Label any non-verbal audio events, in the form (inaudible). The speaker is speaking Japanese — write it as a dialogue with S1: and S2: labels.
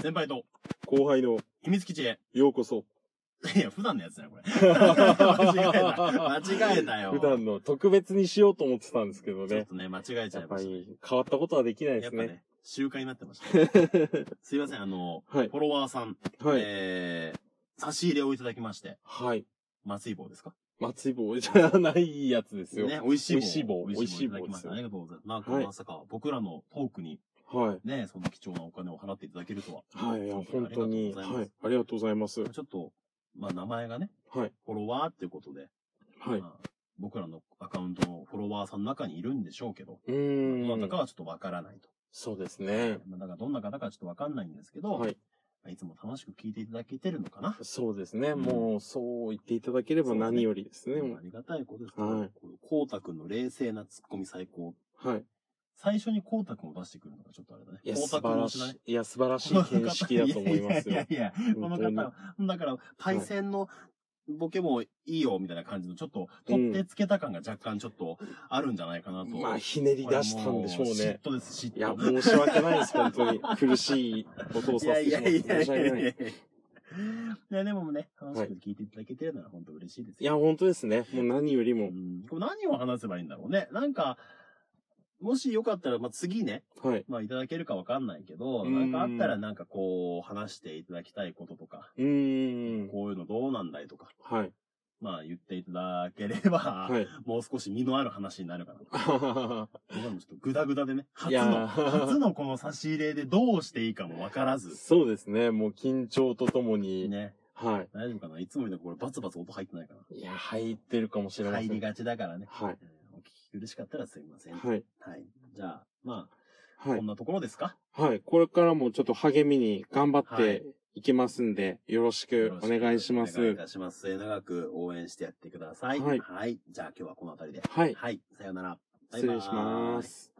S1: 先輩と
S2: 後輩の
S1: 秘密基地へ。
S2: ようこそ。
S1: いや、普段のやつだ
S2: (laughs)
S1: よ、これ。間違えた。間違えたよ。
S2: 普段の特別にしようと思ってたんですけど
S1: ちょっ
S2: ね。
S1: とね、間違えちゃ
S2: や
S1: い
S2: っ
S1: ま
S2: ぱ
S1: した。
S2: り変わったことはできないで
S1: やっ
S2: す
S1: ぱ
S2: ね。
S1: ね、集会になってま
S2: (laughs)
S1: したね。すいません、あの、
S2: はい
S1: フォロワーさん、
S2: はい。
S1: えー、差し入れをいただきまして、
S2: はい。
S1: 松井棒ですか
S2: 松井棒じゃないやつですよ。
S1: ね、美味しい棒。
S2: 美
S1: 美味
S2: 味しい棒
S1: しい棒いただきました。
S2: 美味しい棒ですよ
S1: ありがとうございます。まあ、こ
S2: は
S1: れ
S2: い
S1: まさか僕らのトークに
S2: はい。
S1: ね、その貴重なお金を払っていただけるとは。
S2: はい。いや、本当に。
S1: ありがとうございま
S2: は
S1: す
S2: い。ありがとうございます。
S1: ちょっと、まあ、名前がね、
S2: はい。
S1: フォロワーっていうことで、
S2: はい。
S1: まあ僕らのアカウントのフォロワーさんの中にいるんでしょうけど、
S2: う
S1: どな
S2: ー
S1: た
S2: ん
S1: か。はちょっとわからないと。
S2: そうですね。
S1: まあだからどんな方かはちょっとわかんないんですけど、、
S2: はいい。
S1: つも楽しく聞いていただけてるのかな。
S2: そうですね。
S1: うん
S2: もう、そう言っていただければ何よりですね。
S1: ありがたいことですけ
S2: は
S1: ど
S2: い、
S1: こうたくんの冷静なツッコミ最高。
S2: はい。
S1: 最初にこうたくんを出してくるのがちょっとあれだね。
S2: いや、
S1: こ
S2: 素
S1: うたくん
S2: 晴ら
S1: の
S2: し
S1: 知らない
S2: い。いや、素晴らしい見識だと思いま
S1: (laughs)
S2: す
S1: いや
S2: よ
S1: い。やいや、この
S2: 本当に
S1: 方、だから、パイセンのボケもいいよ、みたいな感じの、ちょっと、取ってつけた感が若干ちょっとあるんじゃないかなと。
S2: まあ、ひねり出したんでしょう
S1: これも
S2: ね
S1: 嫉。妬です、嫉妬。
S2: いや、申し訳ないです、本
S1: (laughs)
S2: 当に。苦しいことを
S1: い
S2: さ
S1: や
S2: せて
S1: い
S2: し
S1: や
S2: ま
S1: いや
S2: って申
S1: い
S2: し訳
S1: や
S2: ないい。
S1: や。いや、でもね、楽し
S2: はい
S1: く聞いていただけてるなら本当嬉しいです
S2: い
S1: よ。
S2: や、本当ですね。もう何より
S1: う
S2: も。
S1: ん、これ何を話せばいいんだろうね。なんか、もしよかったら、まあ、次ね、
S2: はい。
S1: まあ、いただけるかわかんないけど、
S2: う
S1: なんんかあったらなんかこう、話していただきたいこととか、
S2: うーん。
S1: こういうのどうなんだいとか、
S2: はい。
S1: まあ、言っていただければ、
S2: はい。
S1: もう少し身のある話になるかな。
S2: あははは
S1: 僕らもちょっとグダグダでね、初
S2: いや
S1: の、
S2: ー
S1: 初のこの差し入れでどうしていいかもわからず、
S2: そうですね。もう緊張とともに。
S1: ね、
S2: は。
S1: 大丈夫かないつもよりこれバツバツ音入ってないかない
S2: いや、入ってるかもしれませ
S1: 入り
S2: ん。
S1: がちだからね。
S2: はい。
S1: えーお聞き苦しかったらすいません。はい。
S2: はい。
S1: じゃあ、まあ、
S2: はい
S1: こん。なところですか
S2: はい。これからもちょっと励みに頑張っ
S1: はい
S2: ていきますんで、よろしくお願いしま
S1: お願いい
S2: す。
S1: たします。末永く応援してやってください。
S2: はい
S1: じゃあ今日はこの辺りで。
S2: はい。
S1: はい。さようなら。バイバーイ
S2: 失礼します。